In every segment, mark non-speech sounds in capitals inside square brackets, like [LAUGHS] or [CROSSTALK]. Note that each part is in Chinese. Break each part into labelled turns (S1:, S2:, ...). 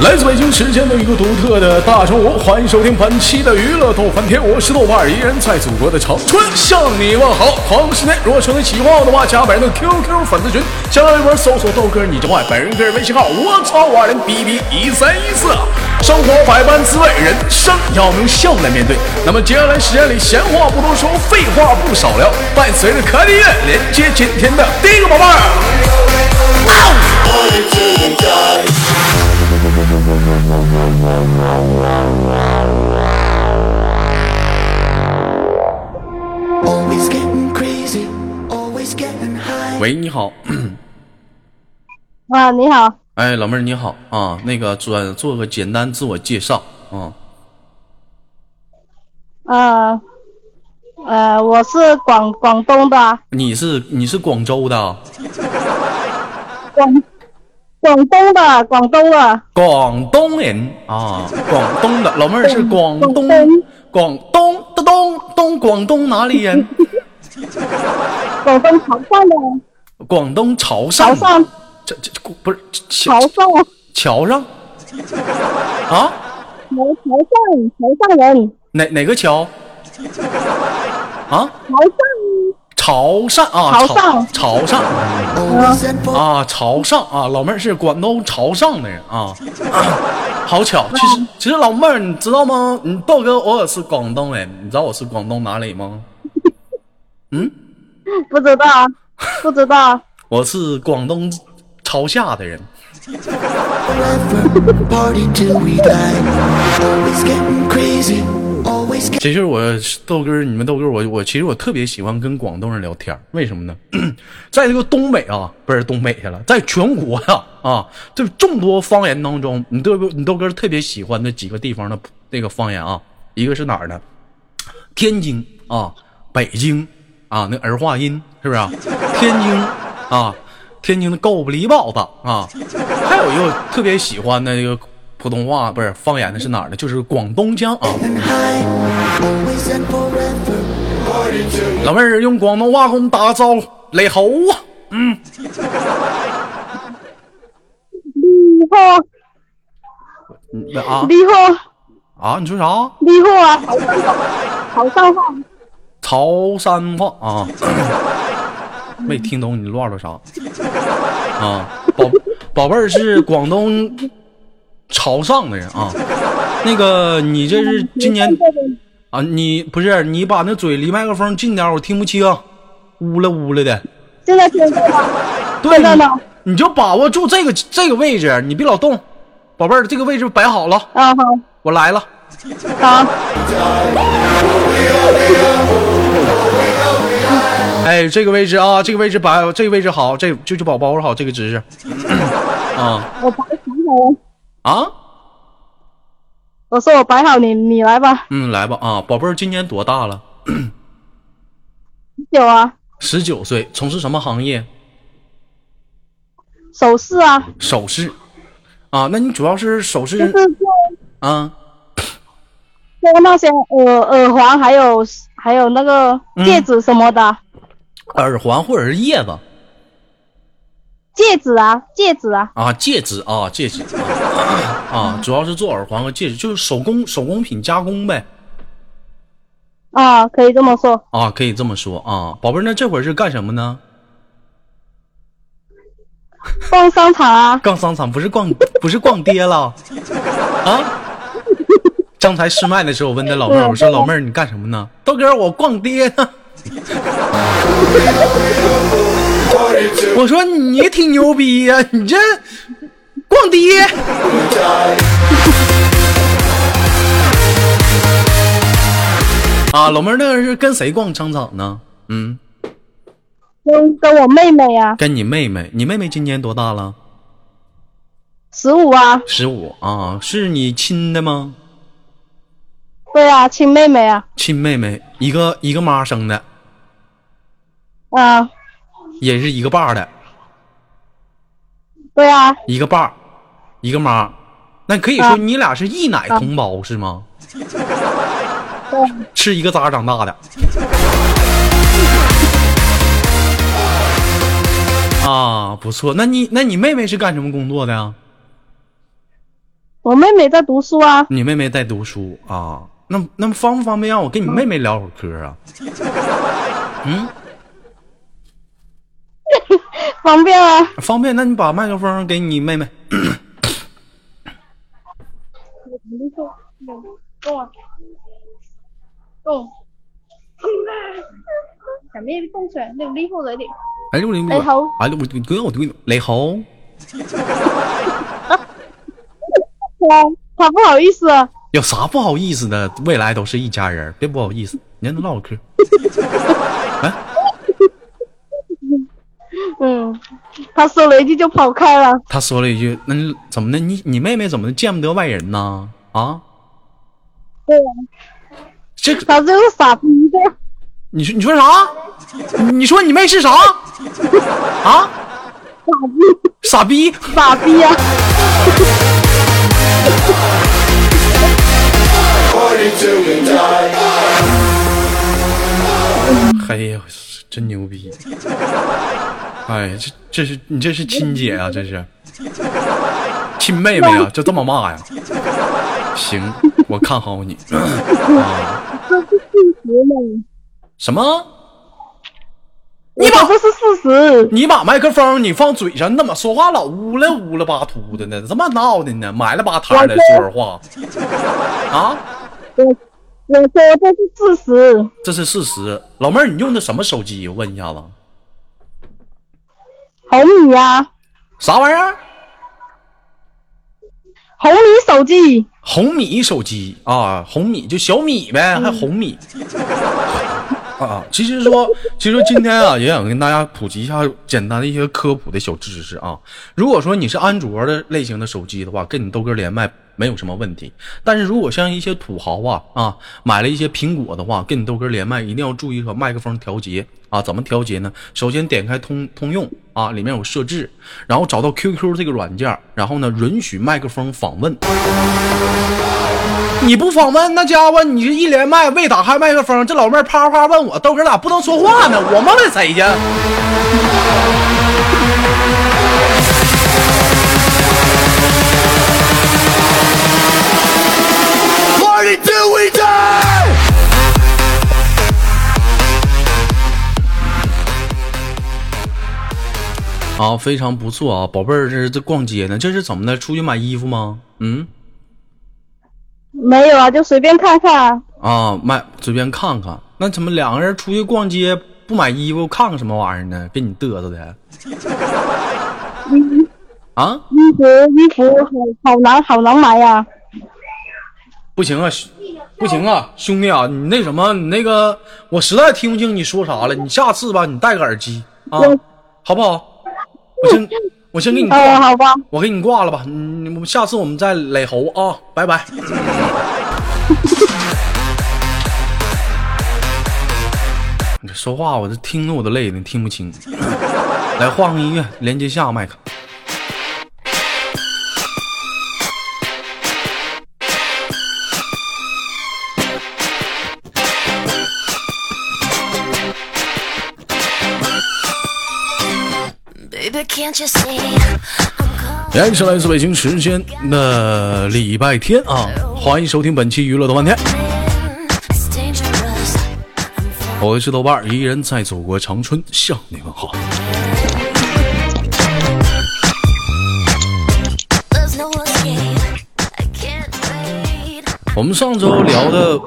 S1: 来自北京时间的一个独特的大中午，欢迎收听本期的娱乐逗翻天，我是豆瓣儿，依然在祖国的长春向你问好。同时呢，如果说你喜欢我的话，加本人的 QQ 粉丝群，新浪微博搜索豆哥你就坏，本人个人微信号我操五二零 bb 一三一四。生活百般滋味，人生要用笑来面对。那么接下来时间里，闲话不多说，废话不少聊，伴随着可爱的音乐，连接今天的第一个宝贝儿。
S2: Always getting crazy, always getting high.
S3: 喂，你好，
S4: 啊，你好，
S3: 哎，老妹儿你好啊，那个做做个简单自我介绍啊，
S4: 呃，呃，我是广广东的，
S3: 你是你是广州的啊，
S4: 广广东的，广东的，
S3: 广东人啊，广东的，老妹儿是广东
S4: 广东，
S3: 广东的东东广东哪里人？
S4: 广东潮汕的，
S3: 广东潮
S4: 潮
S3: 汕，
S4: 汕
S3: 这这这不是
S4: 潮
S3: 桥
S4: 汕
S3: 桥上啊？
S4: 潮潮汕潮汕人，
S3: 哪哪个桥？啊，
S4: 潮
S3: 潮
S4: 汕
S3: 汕啊，
S4: 潮汕
S3: 潮潮汕。
S2: Always and for
S3: 啊，潮汕啊，老妹儿是广东潮汕的人啊， [COUGHS] 好巧。其实其实老妹儿，你知道吗？你豆哥我也是广东人，你知道我是广东哪里吗？
S4: 不知道，不知道，
S3: 我是广东潮下的人。
S2: forever. Party till we die. Always getting crazy, always getting
S3: [LAUGHS] 其实我豆哥儿，你们豆哥儿，我我其实我特别喜欢跟广东人聊天儿，为什么呢？ [CLEARS THROAT] 在这个东北啊，不是东北去了，在全国呀啊这众多方言当中，你豆哥你豆哥儿特别喜欢的几个地方的那个方言啊，一个是哪儿呢？天津啊，北京啊，那儿化音是不是、啊？天津啊，天津的狗不理包子啊，还有一个特别喜欢的一个普通话不是方言的是哪儿呢？就是广东腔啊。
S2: high. Always and forever.
S3: 老妹儿用广东话给我们打个招呼，雷猴啊！
S4: 你
S3: 啊
S4: 好，
S3: 嗯啊
S4: 你好，
S3: 啊！你说啥？
S4: 你好啊，潮汕话，潮汕话，
S3: 潮汕话啊？ [COUGHS] 没听懂你唠了啥啊？宝宝贝儿是广东潮汕的人啊。那个你这是今年啊？你不是你把那嘴离麦克风近点儿，我听不清，呜了呜了的。
S4: 现在听得到吗？
S3: 对，
S4: 在
S3: 你
S4: 呢
S3: 你就把握住这个这个位置，你别老动，宝贝儿，这个位置摆好了，
S4: 啊，好，
S3: 我来了。
S4: 好，
S3: 哎，这个位置啊，这个位置摆，这个位置好，这就就宝宝好这个姿势。啊
S4: 我摆好了，
S3: 啊，
S4: 我说我摆好你，你来吧，
S3: 嗯，来吧啊，宝贝儿今年多大了？
S4: 有啊，
S3: 十九岁，从事什么行业？
S4: 手势啊，
S3: 首饰。啊，那你主要是首
S4: 就
S3: 饰
S4: 是做
S3: 啊？
S4: 做那些耳呃耳环，还有还有那个戒指什么的，
S3: 耳环或者是叶子
S4: 戒指啊，戒指啊，
S3: 啊，戒指啊，戒指 [COUGHS] 啊，主要是做耳环和戒指，就是手工手工品加工呗。
S4: 啊，可以这么说。
S3: 啊，可以这么说啊，宝贝儿，那这会儿是干什么呢？
S4: 逛商场啊，
S3: 逛商场不是逛 [LAUGHS] 不是逛街了啊？刚才试麦的时候，我问他老妹儿，我说老妹儿你干什么呢？豆哥，我逛街呢。 [LAUGHS] 我说你挺牛逼呀、你这逛街。啊，老妹儿，那是跟谁逛商场呢？嗯，
S4: 跟跟我妹妹啊，
S3: 跟你妹妹。你妹妹今年多大了？
S4: 十五啊，
S3: 十五啊，是你亲的吗？
S4: 对啊，亲妹妹啊，
S3: 亲妹妹，一个一个妈生的，
S4: 啊，
S3: 也是一个爸的，
S4: 对啊，
S3: 一个爸，一个妈。那可以说
S4: 啊
S3: 你俩是一奶同胞、是吗？吃一个渣长大的。啊，不错。那你那你妹妹是干什么工作的呀？
S4: 我妹妹在读书啊，
S3: 你妹妹在读书啊？那那方不方便让我跟你妹妹聊会儿嗑啊？
S4: 方便啊。
S3: 方便，那你把麦克风给你妹妹。
S4: 动啊，动。前面动起来，那个力后来点。
S3: 哎，六零
S4: 你好
S3: 哎，我你跟我对，雷猴，
S4: 啊他不好意思啊，
S3: 有啥不好意思的？未来都是一家人，别不好意思，你让他唠会儿嗑。
S4: 嗯，他说了一句就跑开了。
S3: 他说了一句：“那你怎么的？你你妹妹怎么见不得外人呢？啊，
S4: 对啊，
S3: 这个
S4: 他就是傻逼的。
S3: 你说你说啥？你说你妹是啥？啊？傻逼！傻逼！
S4: 傻逼啊呀、
S3: 嘿呀，哎真牛逼！哎，这这是你这是亲姐啊，这是亲妹妹啊，就这么骂呀？行，我看好 [LAUGHS] 你。啊什么？
S4: 你把这是事实，
S3: 你把麦克风你放嘴上，你怎么说话老乌了乌了巴秃的呢？怎么闹的呢？埋了吧摊儿的说会儿话啊？
S4: 我说这是事实。
S3: 这是事实。老妹儿，你用的什么手机？我问一下子，
S4: 红米呀、
S3: 啥玩意儿？
S4: 红米手机，
S3: 红米手机嗯啊，红米就小米呗，还红米。 [LAUGHS] 啊，其实说，其实说今天啊，也想跟大家普及一下简单的一些科普的小知识啊。如果说你是安卓的类型的手机的话，跟你豆哥连麦没有什么问题。但是如果像一些土豪啊啊，买了一些苹果的话，跟你豆哥连麦一定要注意和麦克风调节啊。怎么调节呢？首先点开通通用啊，里面有设置，然后找到 QQ 这个软件，然后呢允许麦克风访问。你不访问那家伙，你这一连麦未打开麦克风，这老妹儿啪啪问我豆哥咋不能说话呢？我问问谁去？
S2: Party till we die!
S3: 啊，非常不错啊，宝贝儿，这是这逛街呢，这是怎么的？出去买衣服吗？嗯，
S4: 没有啊，就随便看看啊。
S3: 啊，买随便看看。那怎么两个人出去逛街不买衣服，看看什么玩意儿呢？给你嘚瑟的。啊，
S4: 衣服衣服好好难好难买啊呀、
S3: 不行啊，兄不行啊，兄弟啊，你那什么，你那个，我实在听不清你说啥了。你下次吧，你戴个耳机啊
S4: 我，
S3: 好不好？我先我先给你
S4: 哦、
S3: 挂，
S4: 好吧，
S3: 我给你挂了吧。嗯，我们下次我们再垒猴啊，拜拜。
S1: [LAUGHS]
S3: 你这说话，我这听着我都累呢，听不清。来换个音乐，连接下麦克。
S5: Baby, can't you see? I'm cold.
S1: 依然是来自北京时间的礼拜天啊，
S3: 哎
S1: 欢迎收听本期娱乐豆瓣天，
S5: It's dangerous. I'm
S1: 我是豆瓣儿，依然在祖国长春向你们好。
S5: there's no escape. I can't wait.
S3: 我们上周聊的，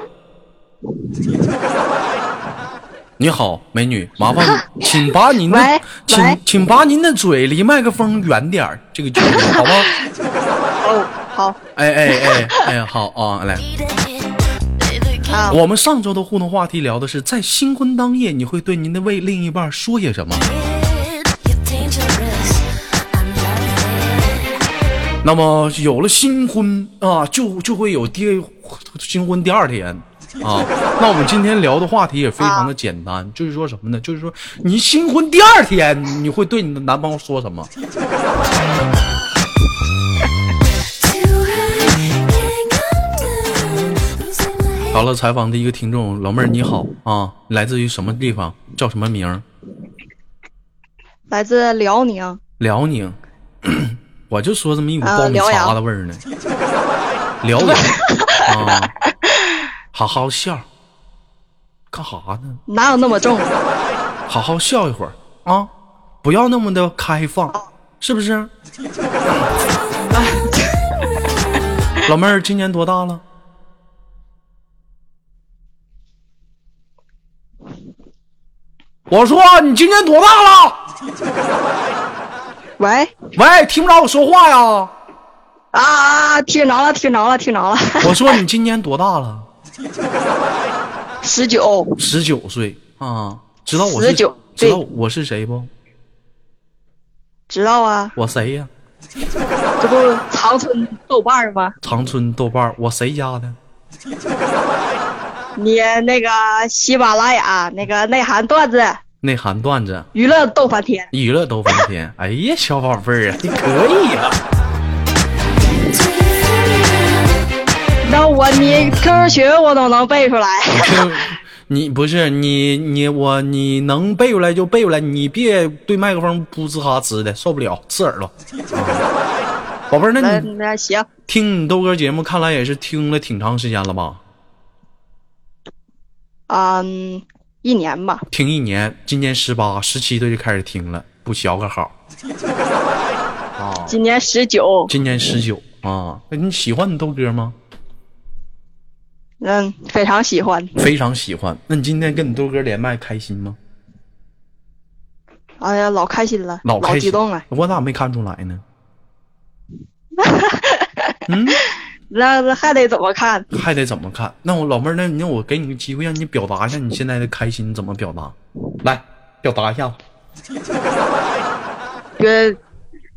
S3: 你好，美女，麻烦你，请把您的
S4: 喂，
S3: 请
S4: 喂
S3: 请把您的嘴离麦克风远点儿，这个距离好不好？
S6: 哦，好，
S3: 哎哎哎哎，好啊，来，
S5: Eat it, baby, can't
S3: 我们上周的互动话题聊的是，在新婚当夜，你会对您的为另一半说些什么？
S5: it. You're dangerous. I'm loving it.
S3: 那么有了新婚啊，就就会有第新婚第二天啊。那我们今天聊的话题也非常的简单，就是说什么呢？就是说你新婚第二天，你会对你的男朋友说什么？
S5: Too high, getting under. Losing my head.
S3: 好了，采访的一个听众，老妹儿你好啊，来自于什么地方？叫什么名儿？
S6: 来自辽宁，
S3: [CLEARS THROAT] 辽宁。我就说这么一股
S6: 呃
S3: 苞米
S6: 辽
S3: 碴
S6: 阳
S3: 子味儿呢。辽源
S6: [LAUGHS]
S3: 啊，好好笑，干哈呢？
S6: 哪有那么重？
S3: 好好笑一会儿啊，不要那么的开放，
S6: 哦
S3: 是 [COUGHS] 不是？老妹儿今年多大了？我说你今年多大了？
S6: 喂
S3: 喂，听不着我说话呀？
S6: 啊，听着了，听着了，听着 [LAUGHS] 了，
S3: 我说你今年多大了？
S6: 十九，
S3: 十九岁啊？知道我是
S6: 19
S3: 知道
S6: 对
S3: 我是谁不？
S6: 知道啊？
S3: 我谁呀、
S6: 这不长春豆瓣儿吗？
S3: 长春豆瓣儿，我谁家的？
S6: 你那个喜马拉雅那个内涵段子
S3: 内涵段子，
S6: 娱乐逗翻天，
S3: 娱乐都翻天。哎呀，小宝贝儿啊，你可以呀、
S6: 那我你 QQ 群我都能背 [LAUGHS] 出来。
S3: 就你不是你你我你能背过来就背过来，你别对麦克风噗呲哈呲的，受不了，刺耳朵。啊、宝贝儿，那
S6: 那
S3: 你
S6: 那行，
S3: 听你豆哥节目，看来也是听了挺长时间了吧？
S6: 嗯，一年吧，
S3: 听一年，今年十八、十七岁就开始听了，不小可好。
S6: 今年十九，
S3: 今年十九啊，那你喜欢你豆哥吗？
S6: 嗯，非常喜欢，
S3: 非常喜欢。那你今天跟你豆哥连麦开心吗？
S6: 哎呀，老开心了，
S3: 老
S6: 老
S3: 开心
S6: 激动啊了。
S3: 我咋没看出来呢？
S6: 那那还得怎么看？
S3: 还得怎么看？那我老妹儿，那那我给你个机会，让你表达一下你现在的开心怎么表达？来，表达一下吧。
S6: 别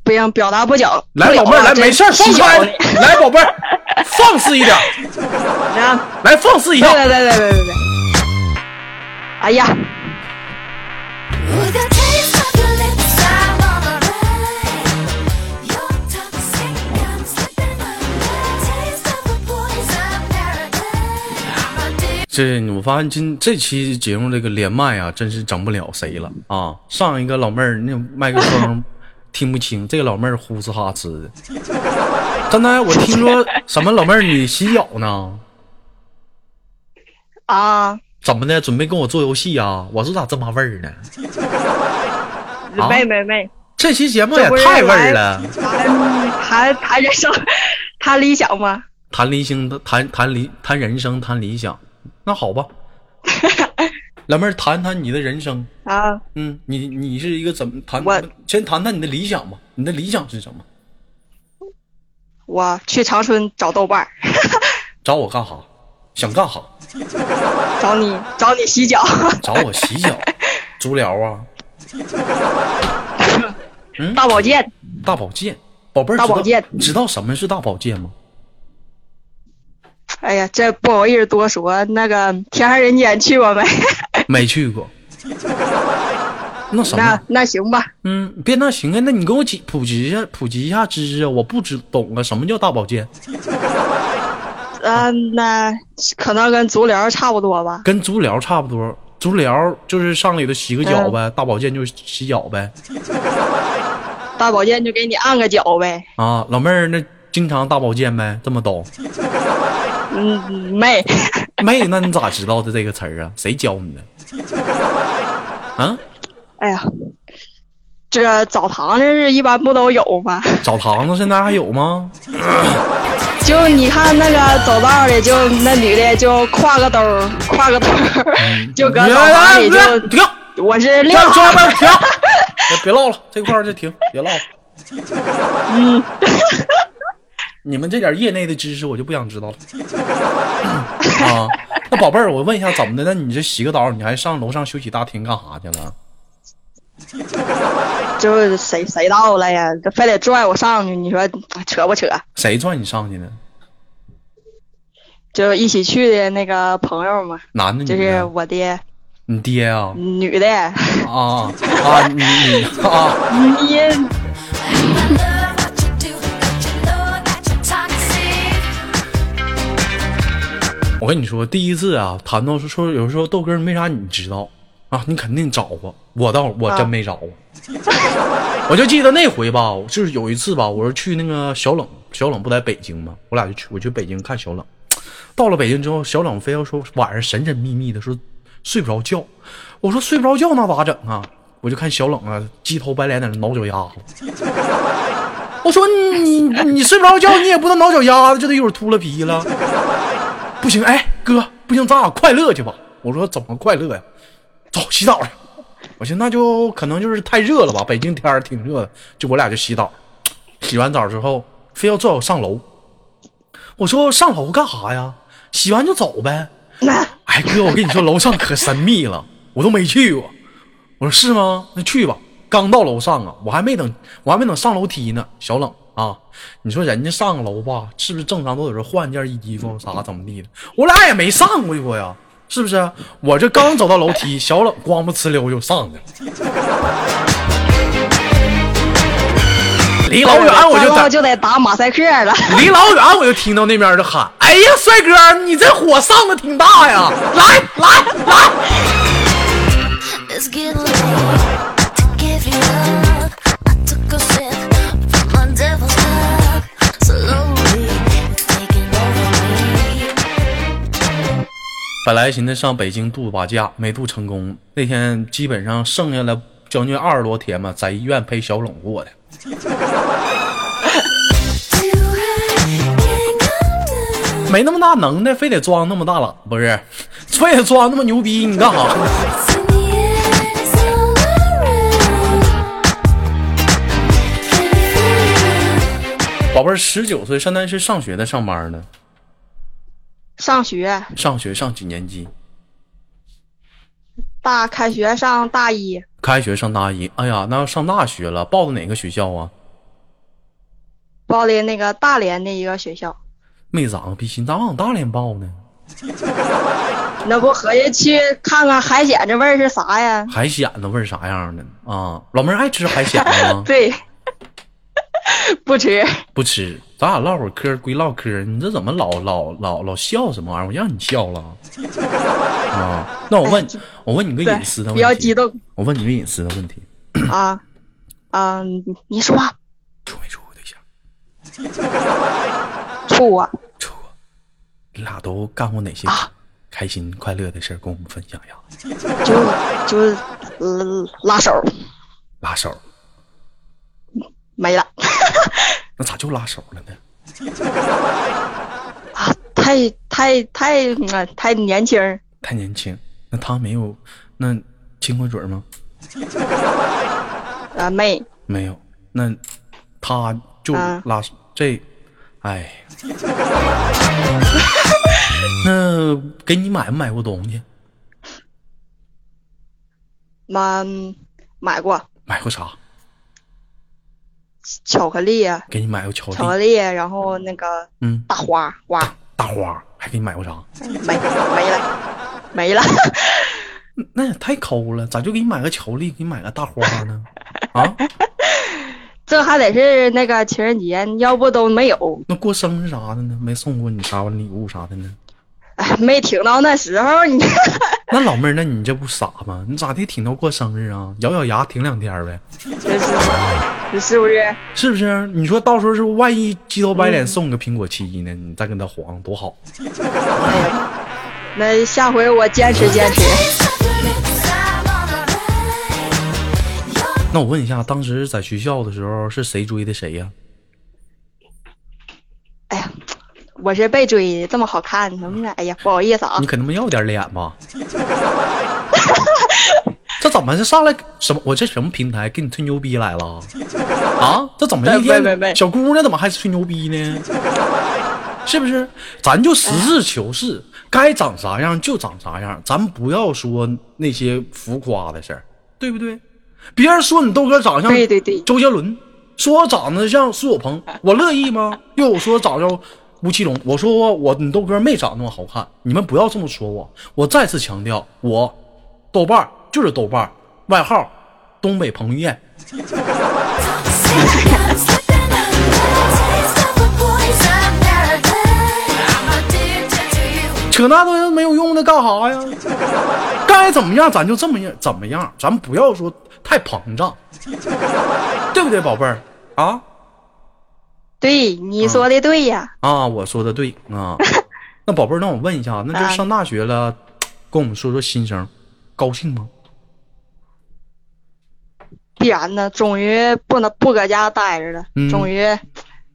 S6: 不行，表达不啊讲。
S3: 来，老妹儿，来，没事儿，放开，来，宝贝
S6: [LAUGHS]
S3: 儿，放肆一点，
S6: 来，
S3: 来，放肆一
S6: 别
S3: 下。
S6: 别别别别别别！哎呀，
S5: With a taste of your lips, I'm on a ride. Your toxic, I'm slipping away. Taste of a poison paradise. My dear,
S3: 这我发现今这期节目这个连麦啊，真是整不了谁了啊！上一个老妹儿那麦克
S6: [LAUGHS]
S3: 风听不清，这个老妹儿呼哧哈哧的。刚才我听
S6: [LAUGHS]
S3: 说什么老妹儿你洗脚呢？
S6: 啊，
S3: 怎么的？准备跟我做游戏啊？我说咋这么味儿呢？啊
S6: 没没没，
S3: 这期节目也
S6: 这不是
S3: 太味儿了，
S6: 谈谈谈人生，谈理想嘛。
S3: 谈理想，谈谈理，谈人生，谈理想。那好
S6: [LAUGHS]
S3: 吧，老妹儿，谈谈你的人生。
S6: 啊，
S3: 嗯，你你是一个怎么谈
S6: 我？
S3: 先谈谈你的理想吧，你的理想是什么？
S6: 我去长春找豆瓣儿，
S3: 找我干哈？想干哈？
S6: 找你找你洗脚，
S3: 找我洗
S6: [LAUGHS]
S3: 脚？足疗啊？
S6: 大保健，
S3: 大保健？宝贝儿，
S6: 大保健，
S3: 知道什么是大保健吗？
S6: 哎呀，这不好意思多说，那个天上人间去过没？
S3: 没去
S6: [LAUGHS]
S3: 过。那什么
S6: 那？那行吧，
S3: 嗯，别那行啊，那你给我几普及一下，普及一下知识啊！我不知懂啊，什么叫大保健？
S6: 嗯、那可能跟足疗差不多吧。
S3: 跟足疗差不多，足疗就是上里头洗个
S6: 嗯
S3: 脚呗，大保健就是洗脚呗。
S6: 大保健就给你按个脚呗。
S3: 啊，老妹儿那经常大保健呗，这么懂？
S6: 嗯，没，
S3: 妹，那你咋知道的这个词儿啊？谁教你的？啊，
S6: [LAUGHS] 哎呀，这澡堂这是一般不都有吗？
S3: 澡堂子现在还有吗？
S6: 就你看那个走道里，就那女的就挎个兜儿，挎个兜儿，就搁澡堂
S3: 嗯来
S6: 里
S3: 来哎
S6: 就
S3: 停，
S6: 我是
S3: 这
S6: 六
S3: 样
S6: 号
S3: 抓，班停， [LAUGHS] 哎别别唠了，这块儿就停，别唠了。嗯，
S6: 嗯 [LAUGHS]
S3: 你们这点业内的知识我就不想知道了。 [COUGHS] 啊，那宝贝儿，我问一下，怎么的？那你这洗个澡，你还上楼上休息大厅干啥去了？
S6: 就是谁谁到了呀？这非得拽我上去，你说呃扯不扯？
S3: 谁拽你上去的？
S6: 就一起去的那个朋友嘛，
S3: 男的
S6: 就
S3: 女的？
S6: 是我的
S3: 你爹啊？
S6: 女的，
S3: 啊啊，你你啊，
S6: 你 [LAUGHS]
S5: I love what you do, but you know that you're toxic.
S3: 我跟你说，第一次啊，谈到说说有时候豆哥没啥你知道啊，你肯定找过，我倒我真没找过。我就记得那回吧，就是有一次吧，我是去那个小冷，小冷不在北京吗？我俩就去，我去北京看小冷。到了北京之后，小冷非要说晚上神神秘秘的说睡不着觉。我说睡不着觉那咋整啊？我就看小冷啊，鸡头白脸在那挠脚丫子。我说你你睡不着觉，你也不能挠脚丫子，这都一会儿秃了皮了。不行，哎哥，不行，咱俩快乐去吧。我说怎么快乐呀？走洗澡去。我寻思那就可能就是太热了吧，北京天儿挺热的，就我俩就洗澡。洗完澡之后，非要拽我上楼。我说上楼干啥呀？洗完就走呗。哎哥，我跟你说，楼上可神秘了，我都没去过。我说是吗？那去吧。刚到楼上啊，我还没等，我还没等上楼梯呢。小冷啊，你说人家上个楼吧，是不是正常都得是换件衣服啥怎么地的？我俩也没上过过呀，是不是？我这刚走到楼梯，小冷光不呲溜就上去了，离老远哎我就
S6: 然
S3: 在
S6: 后就得打马赛克了。
S3: 离老远我就听到那边就喊：“哎呀，帅哥，你这火上的挺大呀！来来来，
S5: It's getting late to give you up. I took a sip from my devil's cup. Slowly it's taking over me.
S3: 本来寻思上北京度把假，没度成功。那天基本上剩下了将近二十多天吧，在医院陪小冷过的。
S5: Do I can't come down.
S3: 没那么大能耐，非得装那么大了，不是？非得装那么牛逼，你干啥？
S5: It's in the air, it's all around. Can you feel it?
S3: 宝贝儿，十九岁，现在是上学的，上班的，
S6: 上学
S3: 上学上几年级？
S6: 大开学上大一，
S3: 开学上大一。哎呀，那要上大学了，报的哪个学校啊？
S6: 报的那个大连的一个学校，
S3: 没长逼心，咋往大连报呢？
S6: 那不合计去看看海鲜这味儿是啥呀？？
S3: 海鲜的味儿啥样的啊？老妹儿爱吃海鲜吗
S6: [LAUGHS] 对，不吃。
S3: 不吃。咱俩唠会儿嗑归唠嗑，你这怎么老老老老笑什么玩意儿？我让你笑了啊？那我问，我问你个
S6: 哎对
S3: 隐私的问题，
S6: 比较激动
S3: 我问你个隐私的问题，
S6: 啊啊！你你说
S3: 处没处过对象？
S6: 处我
S3: 处过。你俩都干过哪些
S6: 啊
S3: 开心快乐的事儿？跟我们分享一下。
S6: 就就、呃、拉手
S3: 拉手，
S6: 没了
S3: 那咋就拉手了呢？
S6: 啊！太太太嗯啊太年轻儿，
S3: 太年轻。那他没有，那亲过嘴儿吗？
S6: 啊没
S3: 没有，那他就
S6: 啊
S3: 拉、这，哎， [LAUGHS] 那给你买没买过东西？
S6: 买买过
S3: 买过啥？
S6: 巧克力呀、
S3: 给你买过巧
S6: 巧克
S3: 克力，
S6: 力，然后那个
S3: 嗯，
S6: 大花花
S3: 大花，还给你买过啥？
S6: 没没了没了， [LAUGHS]
S3: 那也太抠了，咋就给你买个巧克力，给你买个大花呢？啊，
S6: 这还得是那个情人节，要不都没有，
S3: 那过生日啥的呢？没送过你啥礼物啥的呢？
S6: 哎，没挺到那时候你。 [LAUGHS]
S3: 那老妹儿，那你这不傻吗？你咋地挺到过生日啊？咬咬牙挺两天呗，
S6: 真是，你是不是？
S3: 是不是？你说到时候是万一鸡头白脸送个苹果七呢？你再跟他黄多好。
S6: 那下回我坚持坚持。
S5: Taste of your lips, I'm on the ride. Your
S3: 那我问一下，当时在学校的时候是谁追的谁呀、
S6: 哎呀，我是被追的，这么好看，能不能？哎呀，不好意思啊
S3: 你，可能没要点脸吧？这怎么是上来什么？我这什么平台给你吹牛逼来了？啊，这怎么一
S6: 没没没
S3: 天小姑娘怎么还吹牛逼呢？是不是？咱就实事求是，该长啥样就长啥样，咱不要说那些浮夸的事儿，对不对？别人说你豆哥长相，
S6: 对对对
S3: 周杰伦说我长得像苏有朋，我乐意吗？又有说长得像吴奇隆，我说我你豆哥没长那么好看，你们不要这么说我。我再次强调，我豆瓣儿就是豆瓣儿，外号东北彭于晏。
S5: toxic gum slipping under. Taste of a poison paradise. I'm addicted to you.
S3: 扯那都没有用的干啥呀？该怎么样咱就这么样怎么样，咱不要说太膨胀，对不对，宝贝儿啊？
S6: 对，你说的对呀。
S3: 啊，我说的对
S6: [LAUGHS]
S3: 啊。那宝贝儿，那我问一下，那
S6: 啊
S3: 就上大学了，跟我们说说心声，高兴吗？
S6: 必然的，终于不能不搁家待着了，
S3: 嗯
S6: 终于，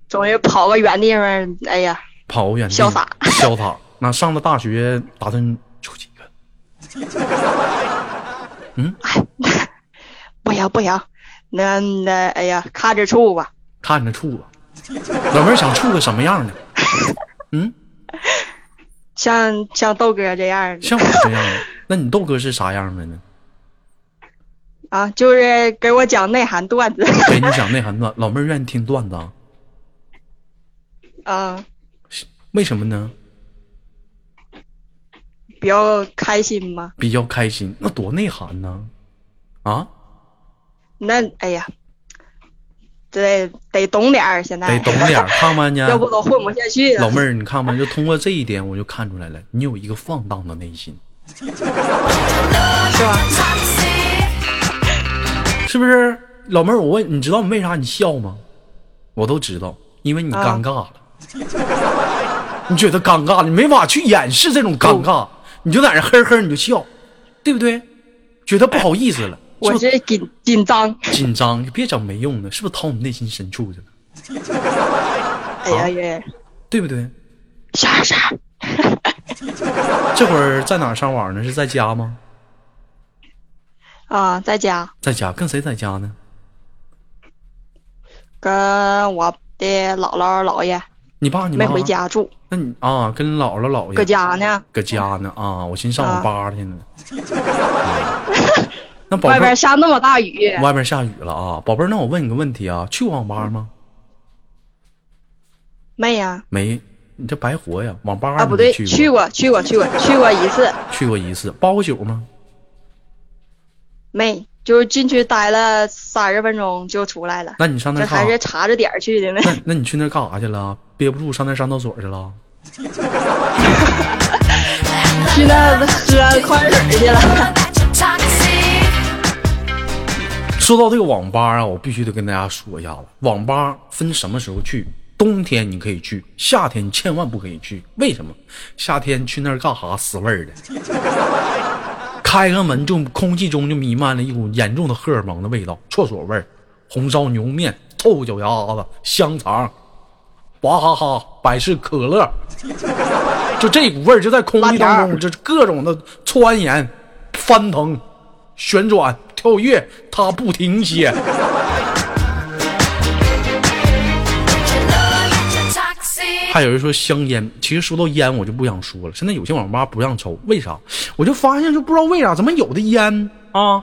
S6: 终于跑个远地方，哎呀，
S3: 跑远地，
S6: 潇洒，
S3: 潇洒。那上了大学，打算处几个？
S6: 不行不行，那那哎呀，看着处吧，
S3: 看着处吧。啊老妹儿想处个什么样的？
S6: 像像豆哥这样的
S3: 像我这样的？那你豆哥是啥样的呢？
S6: 啊，就是给我讲内涵段 [LAUGHS] 子
S3: 给你讲内涵段，老妹儿愿意听段子啊？
S6: 啊，
S3: 为什么呢？
S6: 比较开心嘛。
S3: 比较开心，那多内涵呢？啊，
S6: 那哎呀，得得懂点儿，现在
S3: 得懂点儿，看看呢。
S6: 哎要不都混不下去了。
S3: 老妹儿，你看吧，就通过这一点，我就看出来了，你有一个放荡的内心，
S6: 是吧？
S3: 是不是？老妹儿，我问你，知道为啥你笑吗？我都知道，因为你尴尬了。
S6: 啊
S3: 你觉得尴尬，你没法去掩饰这种尴尬，你就在那呵呵，你就笑，对不对？觉得不好意思了，
S6: 哎我
S3: 是不
S6: 是紧紧张，
S3: 是紧张，别整没用的，是不是掏你内心深处去了？
S6: 哎呀呀，
S3: 对不对？
S6: 啥啥，
S3: 这会儿在哪儿上网呢？是在家吗？
S6: 啊，在家
S3: 在家，跟谁在家呢？
S6: 跟我的姥姥姥爷
S3: 你爸你妈
S6: 没回？家住，
S3: 那你啊，跟姥姥姥爷
S6: 搁家呢，
S3: 搁家呢啊，我寻思上网
S6: 啊
S3: 吧去
S6: [LAUGHS]
S3: 呢。那宝贝
S6: 外边
S3: 儿，
S6: 下那么大雨，
S3: 外边下雨了啊，宝贝儿，那我问你个问题啊，去过网吧吗？
S6: 没呀？
S3: 没，你这白活呀，网吧
S6: 啊，
S3: 你
S6: 不对，
S3: 去
S6: 去过去过去过去过一次，
S3: 去过一次，包过宿吗？
S6: 没，就是进去待了三十分钟就出来了，
S3: 那你上那
S6: 这
S3: 儿干
S6: 还是
S3: 啥？
S6: 查着点儿去的呢。
S3: 那那你去那儿干啥去了？憋不住上那儿上厕所去了？
S6: [LAUGHS] 去那喝矿泉水去了。
S3: 说到这个网吧啊，我必须得跟大家说一下子，网吧分什么时候去。冬天你可以去，夏天千万不可以去。为什么？夏天去那儿干啥？死味儿的，开开门就空气中就弥漫了一股严重的荷尔蒙的味道，厕所味儿，红烧牛面、臭脚丫子、香肠，娃哈哈、百事可乐，就这股味儿就在空气当中，这各种的窜延、翻腾、旋转、跳跃，它不停歇。还有人说香烟，其实说到烟，我就不想说了。现在有些网吧不让抽，为啥？我就发现就不知道为啥，怎么有的烟啊，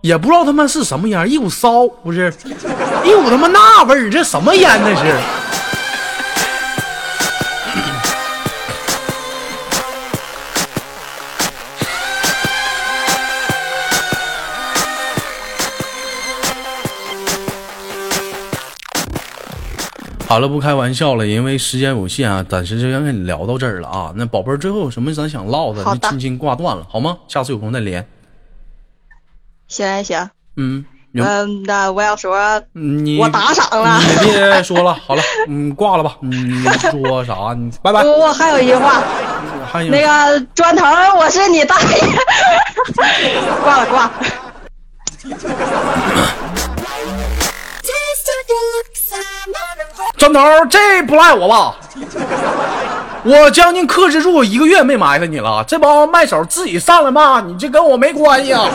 S3: 也不知道他妈是什么烟，一股骚不是，一股他妈那味儿，这什么烟那是？好了，不开玩笑了，因为时间有限啊，暂时就先跟你聊到这儿了啊。那宝贝儿，最后有什么咱想唠的，
S6: 好
S3: 就
S6: 的
S3: 轻轻挂断了，好吗？下次有空再连。
S6: 行行，
S3: 嗯，有嗯
S6: 嗯，那我要说，
S3: 你
S6: 我打赏了。
S3: 你别说了，好了，嗯，挂了吧。你说啥？你拜拜
S6: 我。我还有一句话，
S3: 还有
S6: 嗯那个砖头，我是你大爷。 [LAUGHS] 挂了挂了。
S3: 砖头，这不赖我吧？我将近克制住，我一个月没埋汰你了。这帮卖手自己上来骂你，这跟我没关系啊。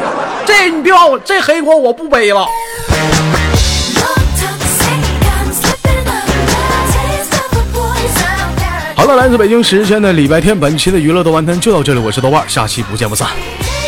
S3: 这你别把我这黑锅我不背了。
S1: 好了，来自北京时间的礼拜天，本期的娱乐豆瓣天就到这里，我是豆瓣儿，下期不见不散。
S5: Yeah.